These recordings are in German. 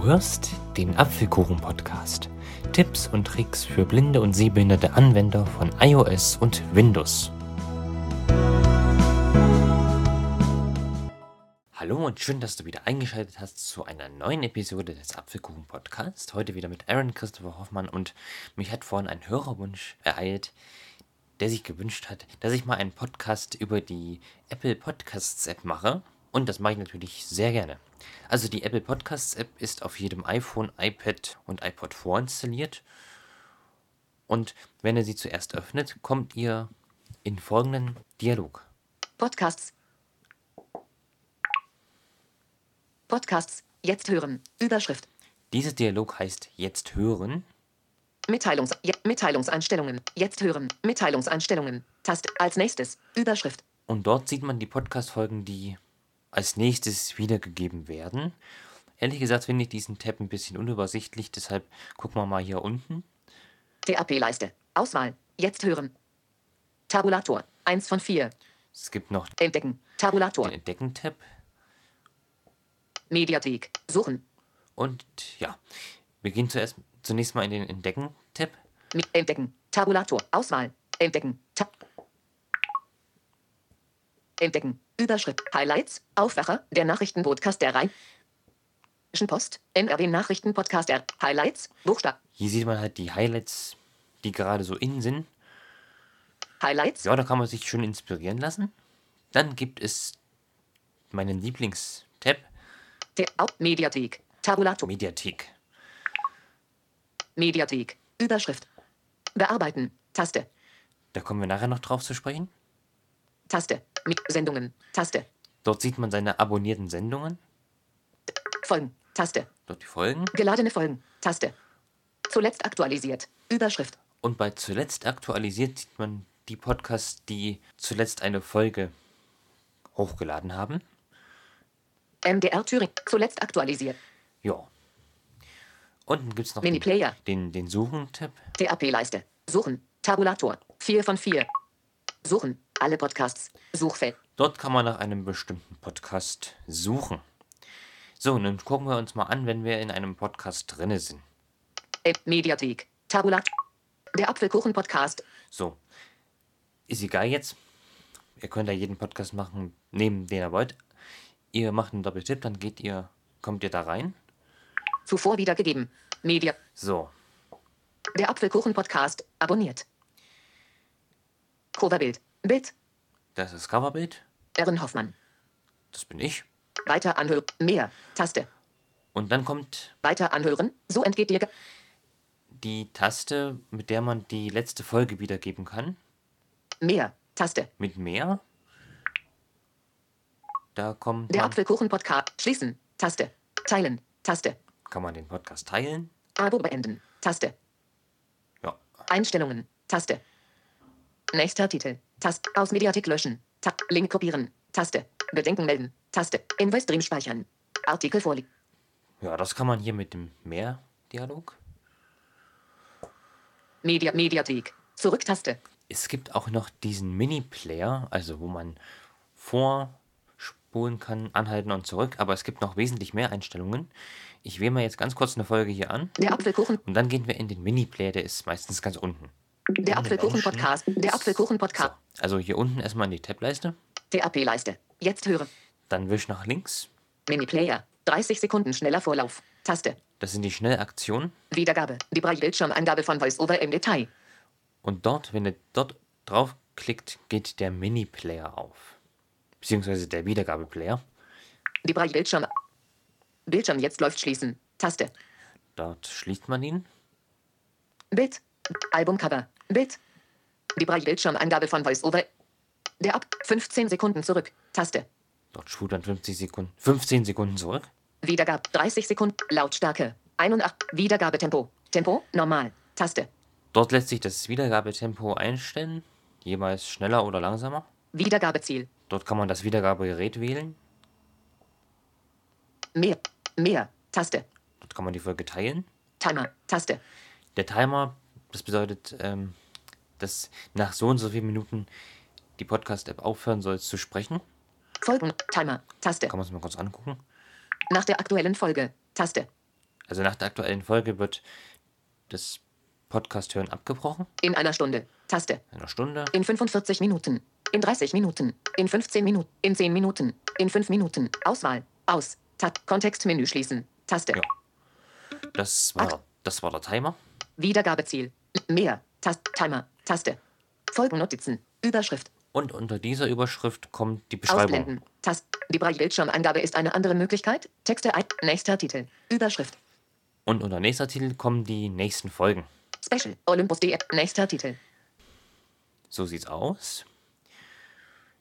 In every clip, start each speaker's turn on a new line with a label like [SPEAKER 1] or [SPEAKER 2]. [SPEAKER 1] hörst den Apfelkuchen-Podcast. Tipps und Tricks für blinde und sehbehinderte Anwender von iOS und Windows. Hallo und schön, dass du wieder eingeschaltet hast zu einer neuen Episode des Apfelkuchen Podcasts. Heute wieder mit Aaron Christopher Hoffmann und mich hat vorhin ein Hörerwunsch ereilt, der sich gewünscht hat, dass ich mal einen Podcast über die Apple Podcasts App mache. Und das mache ich natürlich sehr gerne. Also die Apple Podcasts App ist auf jedem iPhone, iPad und iPod vorinstalliert. Und wenn ihr sie zuerst öffnet, kommt ihr in folgenden Dialog.
[SPEAKER 2] Podcasts. Podcasts. Jetzt hören. Überschrift.
[SPEAKER 1] Dieser Dialog heißt Jetzt hören.
[SPEAKER 2] Mitteilungs Je- Mitteilungseinstellungen. Jetzt hören. Mitteilungseinstellungen. Tast. Als nächstes. Überschrift.
[SPEAKER 1] Und dort sieht man die Podcast-Folgen, die als nächstes wiedergegeben werden. Ehrlich gesagt finde ich diesen Tab ein bisschen unübersichtlich, deshalb gucken wir mal hier unten.
[SPEAKER 2] DAP-Leiste. Auswahl. Jetzt hören. Tabulator. 1 von 4.
[SPEAKER 1] Es gibt noch
[SPEAKER 2] Entdecken.
[SPEAKER 1] den
[SPEAKER 2] Tabulator.
[SPEAKER 1] Entdecken-Tab
[SPEAKER 2] Mediathek. Suchen.
[SPEAKER 1] und ja, wir gehen zuerst, zunächst mal in den Entdecken-Tab.
[SPEAKER 2] Mi- Entdecken. Tabulator. Auswahl. Entdecken. Ta Entdecken. Überschrift. Highlights. Aufwacher. Der Nachrichtenpodcast der Rheinischen Post. NRW Nachrichtenpodcast der Highlights. Buchstaben.
[SPEAKER 1] Hier sieht man halt die Highlights, die gerade so in sind.
[SPEAKER 2] Highlights.
[SPEAKER 1] Ja, da kann man sich schön inspirieren lassen. Dann gibt es meinen Lieblings-Tab,
[SPEAKER 2] Der Au Mediathek. Tabulator.
[SPEAKER 1] Mediathek.
[SPEAKER 2] Mediathek. Überschrift. Bearbeiten. Taste.
[SPEAKER 1] Da kommen wir nachher noch drauf zu sprechen.
[SPEAKER 2] Taste. Mi- Sendungen. Taste.
[SPEAKER 1] Dort sieht man seine abonnierten Sendungen,
[SPEAKER 2] Folgen. Taste.
[SPEAKER 1] dort die Folgen.
[SPEAKER 2] Geladene Folgen. Taste. Zuletzt aktualisiert. Überschrift.
[SPEAKER 1] Und bei zuletzt aktualisiert sieht man die Podcasts, die zuletzt eine Folge hochgeladen haben.
[SPEAKER 2] MDR Thüringen. Zuletzt aktualisiert.
[SPEAKER 1] Ja. Unten gibt es noch den,
[SPEAKER 2] Miniplayer.
[SPEAKER 1] den, den Suchen-Tab.
[SPEAKER 2] TAP-Leiste. Suchen. Tabulator. 4 von 4. Suchen. Alle Podcasts. Suchfeld.
[SPEAKER 1] Dort kann man nach einem bestimmten Podcast suchen. So, nun gucken wir uns mal an, wenn wir in einem Podcast drinne sind.
[SPEAKER 2] App Mediathek. Tabulator. Der Apfelkuchen-Podcast.
[SPEAKER 1] So. Ist egal jetzt. Ihr könnt da jeden Podcast machen, nehmen, den ihr wollt. Ihr macht einen Doppeltipp, dann geht ihr, kommt ihr da rein.
[SPEAKER 2] Zuvor wiedergegeben. Media.
[SPEAKER 1] So,
[SPEAKER 2] Der Apfelkuchen-Podcast. Abonniert. Coverbild. Bild.
[SPEAKER 1] das ist das Coverbild.
[SPEAKER 2] Erin Hoffmann.
[SPEAKER 1] Das bin ich.
[SPEAKER 2] Weiter anhören. Mehr. Taste.
[SPEAKER 1] Und dann kommt
[SPEAKER 2] Weiter anhören. So entgeht dir. Ge-
[SPEAKER 1] die Taste, mit der man die letzte Folge wiedergeben kann.
[SPEAKER 2] Mehr. Taste.
[SPEAKER 1] Mit mehr. Da kommt
[SPEAKER 2] Der
[SPEAKER 1] man,
[SPEAKER 2] Apfelkuchen-Podcast. Schließen. Taste. Teilen. Taste.
[SPEAKER 1] kann man den Podcast teilen.
[SPEAKER 2] Abo beenden. Taste.
[SPEAKER 1] Ja,
[SPEAKER 2] Einstellungen. Taste. Nächster Titel. Taste. Aus Mediathek löschen. Ta Link kopieren. Taste. Bedenken melden. Taste. Investream speichern. Artikel vorliegen.
[SPEAKER 1] ja das kann man hier mit dem Mehr-Dialog.
[SPEAKER 2] Media Mediathek. Zurücktaste.
[SPEAKER 1] Es gibt auch noch diesen Mini-Player, also wo man vorspulen kann, anhalten und zurück, aber es gibt noch wesentlich mehr Einstellungen. Ich wähle mal jetzt ganz kurz eine Folge hier an
[SPEAKER 2] Der Apfelkuchen.
[SPEAKER 1] und dann gehen wir in den Mini-Player, der ist meistens ganz unten.
[SPEAKER 2] Der Apfelkuchen-Podcast. Der Apfelkuchen-Podcast.
[SPEAKER 1] Also hier unten erstmal in die Tab-Leiste,
[SPEAKER 2] TAP-Leiste. Jetzt höre.
[SPEAKER 1] dann wisch nach links,
[SPEAKER 2] Miniplayer. 30 Sekunden schneller Vorlauf. Taste.
[SPEAKER 1] das sind die Schnellaktionen
[SPEAKER 2] Wiedergabe. Die Braille-Bildschirmeingabe von VoiceOver im Detail.
[SPEAKER 1] und dort, wenn ihr dort draufklickt, geht der Mini-Player auf. Beziehungsweise der Wiedergabeplayer.
[SPEAKER 2] Die Braille-Bildschirm. Bildschirm jetzt läuft schließen. Taste.
[SPEAKER 1] Dort schließt man ihn.
[SPEAKER 2] Bild. Albumcover. Bild. Die Braille-Bildschirmangabe von VoiceOver. Der ab 15 Sekunden zurück. Taste.
[SPEAKER 1] Dort spult man 50 Sekunden, 15 Sekunden zurück.
[SPEAKER 2] Wiedergabe 30 Sekunden. Lautstärke 81. Wiedergabetempo. Tempo normal. Taste.
[SPEAKER 1] Dort lässt sich das Wiedergabetempo einstellen, jeweils schneller oder langsamer.
[SPEAKER 2] Wiedergabeziel.
[SPEAKER 1] Dort kann man das Wiedergabegerät wählen,
[SPEAKER 2] Mehr. Mehr. Taste.
[SPEAKER 1] dort kann man die Folge teilen.
[SPEAKER 2] Timer. Taste.
[SPEAKER 1] Der Timer, das bedeutet, ähm, dass nach so und so vielen Minuten die Podcast-App aufhören soll zu sprechen.
[SPEAKER 2] Folgen. Timer. Taste.
[SPEAKER 1] Kann man es mal kurz angucken.
[SPEAKER 2] Nach der aktuellen Folge. Taste.
[SPEAKER 1] Also nach der aktuellen Folge wird das Podcast hören abgebrochen.
[SPEAKER 2] In einer Stunde. Taste.
[SPEAKER 1] in Einer Stunde.
[SPEAKER 2] In 45 Minuten. In 30 Minuten. In 15 Minuten. In 10 Minuten. In 5 Minuten. Auswahl. Aus. Tab. Kontextmenü schließen. Taste.
[SPEAKER 1] Ja. Das war, das war der Timer.
[SPEAKER 2] Wiedergabeziel. Mehr. Tast Timer. Taste. Folgennotizen. Überschrift.
[SPEAKER 1] Und unter dieser Überschrift kommt die Beschreibung.
[SPEAKER 2] Ausblenden. Tast. Die Braille-Bildschirmangabe ist eine andere Möglichkeit. Texte. Ein. Nächster Titel. Überschrift.
[SPEAKER 1] Und unter nächster Titel kommen die nächsten Folgen.
[SPEAKER 2] Special. Olympus DR. Nächster Titel.
[SPEAKER 1] So sieht's aus.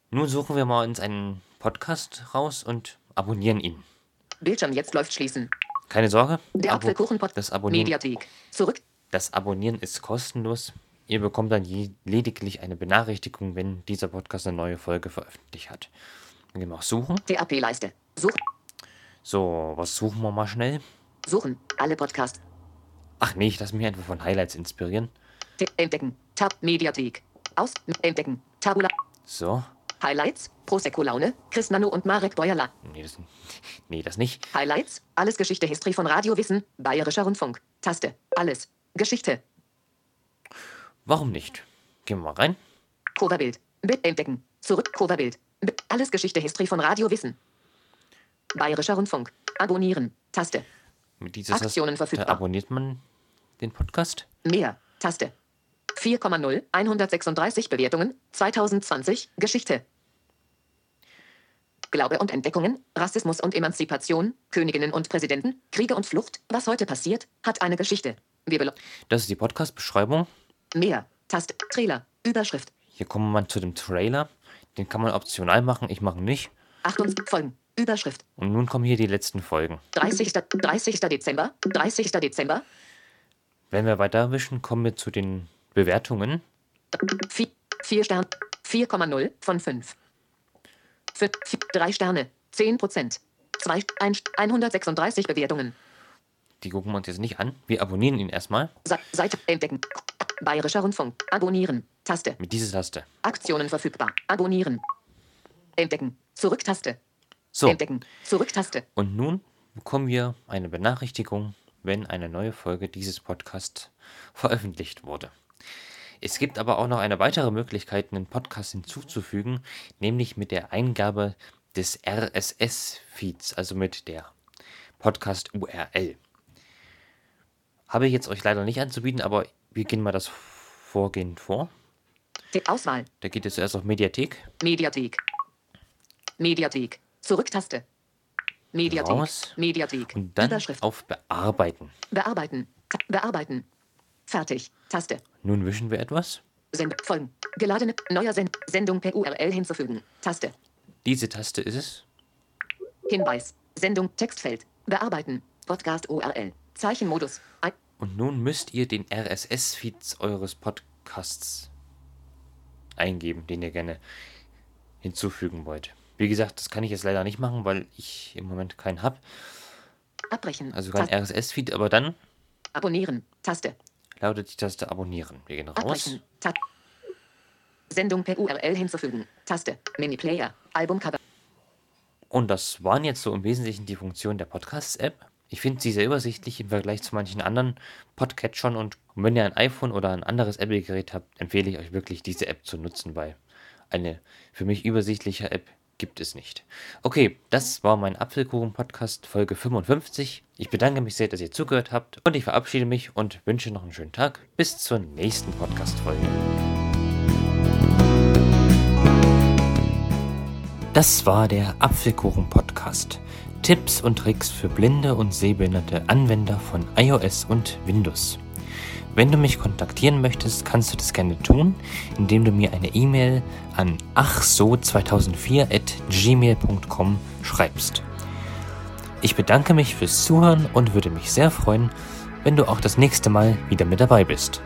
[SPEAKER 1] Nun suchen wir mal uns einen Podcast raus und abonnieren ihn.
[SPEAKER 2] Bildschirm jetzt läuft schließen.
[SPEAKER 1] Keine Sorge.
[SPEAKER 2] Der
[SPEAKER 1] Abo-
[SPEAKER 2] Apfelkuchen-Podcast.
[SPEAKER 1] das Abonnieren,
[SPEAKER 2] Mediathek. Zurück.
[SPEAKER 1] das Abonnieren ist kostenlos. Ihr bekommt dann je, lediglich eine Benachrichtigung, wenn dieser Podcast eine neue Folge veröffentlicht hat. Dann gehen wir auf Suchen.
[SPEAKER 2] TAP-Leiste. Such.
[SPEAKER 1] So, was suchen wir mal schnell?
[SPEAKER 2] Suchen. Alle Podcasts.
[SPEAKER 1] Ach nee, ich lasse mich einfach von Highlights inspirieren.
[SPEAKER 2] T entdecken. Tab. Mediathek. Aus. Entdecken. Tabula.
[SPEAKER 1] So.
[SPEAKER 2] Highlights. Prosecco Laune. Chris Nano und Marek Beuerla.
[SPEAKER 1] Nee, das, nee, das nicht.
[SPEAKER 2] Highlights. Alles Geschichte History von Radio Wissen. Bayerischer Rundfunk. Taste. Alles. Geschichte.
[SPEAKER 1] Warum nicht? Gehen wir mal rein.
[SPEAKER 2] Coverbild. Bit entdecken. Zurück. Coverbild. B Alles Geschichte History von Radio Wissen. Bayerischer Rundfunk. Abonnieren. Taste.
[SPEAKER 1] Mit dieser Taste
[SPEAKER 2] Aktionen verfügbar.
[SPEAKER 1] abonniert man den Podcast.
[SPEAKER 2] Mehr. Taste. 4,0. 136 Bewertungen. 2020. Geschichte. Glaube und Entdeckungen, Rassismus und Emanzipation, Königinnen und Präsidenten, Kriege und Flucht, was heute passiert, hat eine Geschichte. Wir belo-
[SPEAKER 1] Das ist die Podcast-Beschreibung.
[SPEAKER 2] Mehr. Taste. Trailer. Überschrift.
[SPEAKER 1] Hier kommen wir zu dem Trailer. Den kann man optional machen, ich mache ihn nicht.
[SPEAKER 2] Achtung. Folgen. Überschrift.
[SPEAKER 1] Und nun kommen hier die letzten Folgen.
[SPEAKER 2] 30. 30. Dezember. 30. Dezember.
[SPEAKER 1] Wenn wir weiter wischen, kommen wir zu den Bewertungen.
[SPEAKER 2] 4, 4 Sterne. 4,0 von 5. 3 Sterne. 10 Prozent. 2, 1, 136 Bewertungen.
[SPEAKER 1] Die gucken wir uns jetzt nicht an. Wir abonnieren ihn erstmal
[SPEAKER 2] Sa- Seite entdecken. Bayerischer Rundfunk. Abonnieren. Taste.
[SPEAKER 1] mit dieser Taste.
[SPEAKER 2] Aktionen verfügbar. Abonnieren. Entdecken. Zurücktaste.
[SPEAKER 1] So,
[SPEAKER 2] Entdecken. Zurücktaste.
[SPEAKER 1] und nun bekommen wir eine Benachrichtigung, wenn eine neue Folge dieses Podcasts veröffentlicht wurde. Es gibt aber auch noch eine weitere Möglichkeit, einen Podcast hinzuzufügen, nämlich mit der Eingabe des RSS-Feeds, also mit der Podcast-URL. Habe ich jetzt euch leider nicht anzubieten, aber wir gehen mal das Vorgehen vor.
[SPEAKER 2] Die Auswahl.
[SPEAKER 1] Da geht es zuerst auf Mediathek,
[SPEAKER 2] Mediathek. Mediathek. Zurücktaste. Mediathek.
[SPEAKER 1] Raus.
[SPEAKER 2] Mediathek.
[SPEAKER 1] Und dann
[SPEAKER 2] Überschrift.
[SPEAKER 1] auf Bearbeiten.
[SPEAKER 2] Bearbeiten. Ta- Bearbeiten. Fertig. Taste.
[SPEAKER 1] Nun wischen wir etwas.
[SPEAKER 2] Send folgen. Geladene neuer Send Sendung per URL hinzufügen. Taste.
[SPEAKER 1] Diese Taste ist es.
[SPEAKER 2] Hinweis. Sendung Textfeld. Bearbeiten. Podcast URL. Zeichenmodus. Ein
[SPEAKER 1] Und nun müsst ihr den RSS-Feed eures Podcasts eingeben, den ihr gerne hinzufügen wollt. Wie gesagt, das kann ich jetzt leider nicht machen, weil ich im Moment keinen habe.
[SPEAKER 2] Abbrechen.
[SPEAKER 1] Also keinen
[SPEAKER 2] Taste.
[SPEAKER 1] RSS-Feed, aber dann
[SPEAKER 2] Abonnieren. Taste.
[SPEAKER 1] lautet die Taste Abonnieren. Wir gehen raus.
[SPEAKER 2] Abbrechen. Tab. Sendung per URL hinzufügen. Taste. Mini-Player. Albumcover.
[SPEAKER 1] Und das waren jetzt so im Wesentlichen die Funktionen der Podcast-App. Ich finde sie sehr übersichtlich im Vergleich zu manchen anderen Podcatchern und wenn ihr ein iPhone oder ein anderes Apple-Gerät habt, empfehle ich euch wirklich, diese App zu nutzen, weil eine für mich übersichtliche App gibt es nicht. Okay, das war mein Apfelkuchen-Podcast Folge 55. Ich bedanke mich sehr, dass ihr zugehört habt und ich verabschiede mich und wünsche noch einen schönen Tag. Bis zur nächsten Podcast-Folge. Das war der Apfelkuchen-Podcast. Tipps und Tricks für blinde und sehbehinderte Anwender von iOS und Windows. Wenn du mich kontaktieren möchtest, kannst du das gerne tun, indem du mir eine E-Mail an achso2004.gmail.com schreibst. Ich bedanke mich fürs Zuhören und würde mich sehr freuen, wenn du auch das nächste Mal wieder mit dabei bist.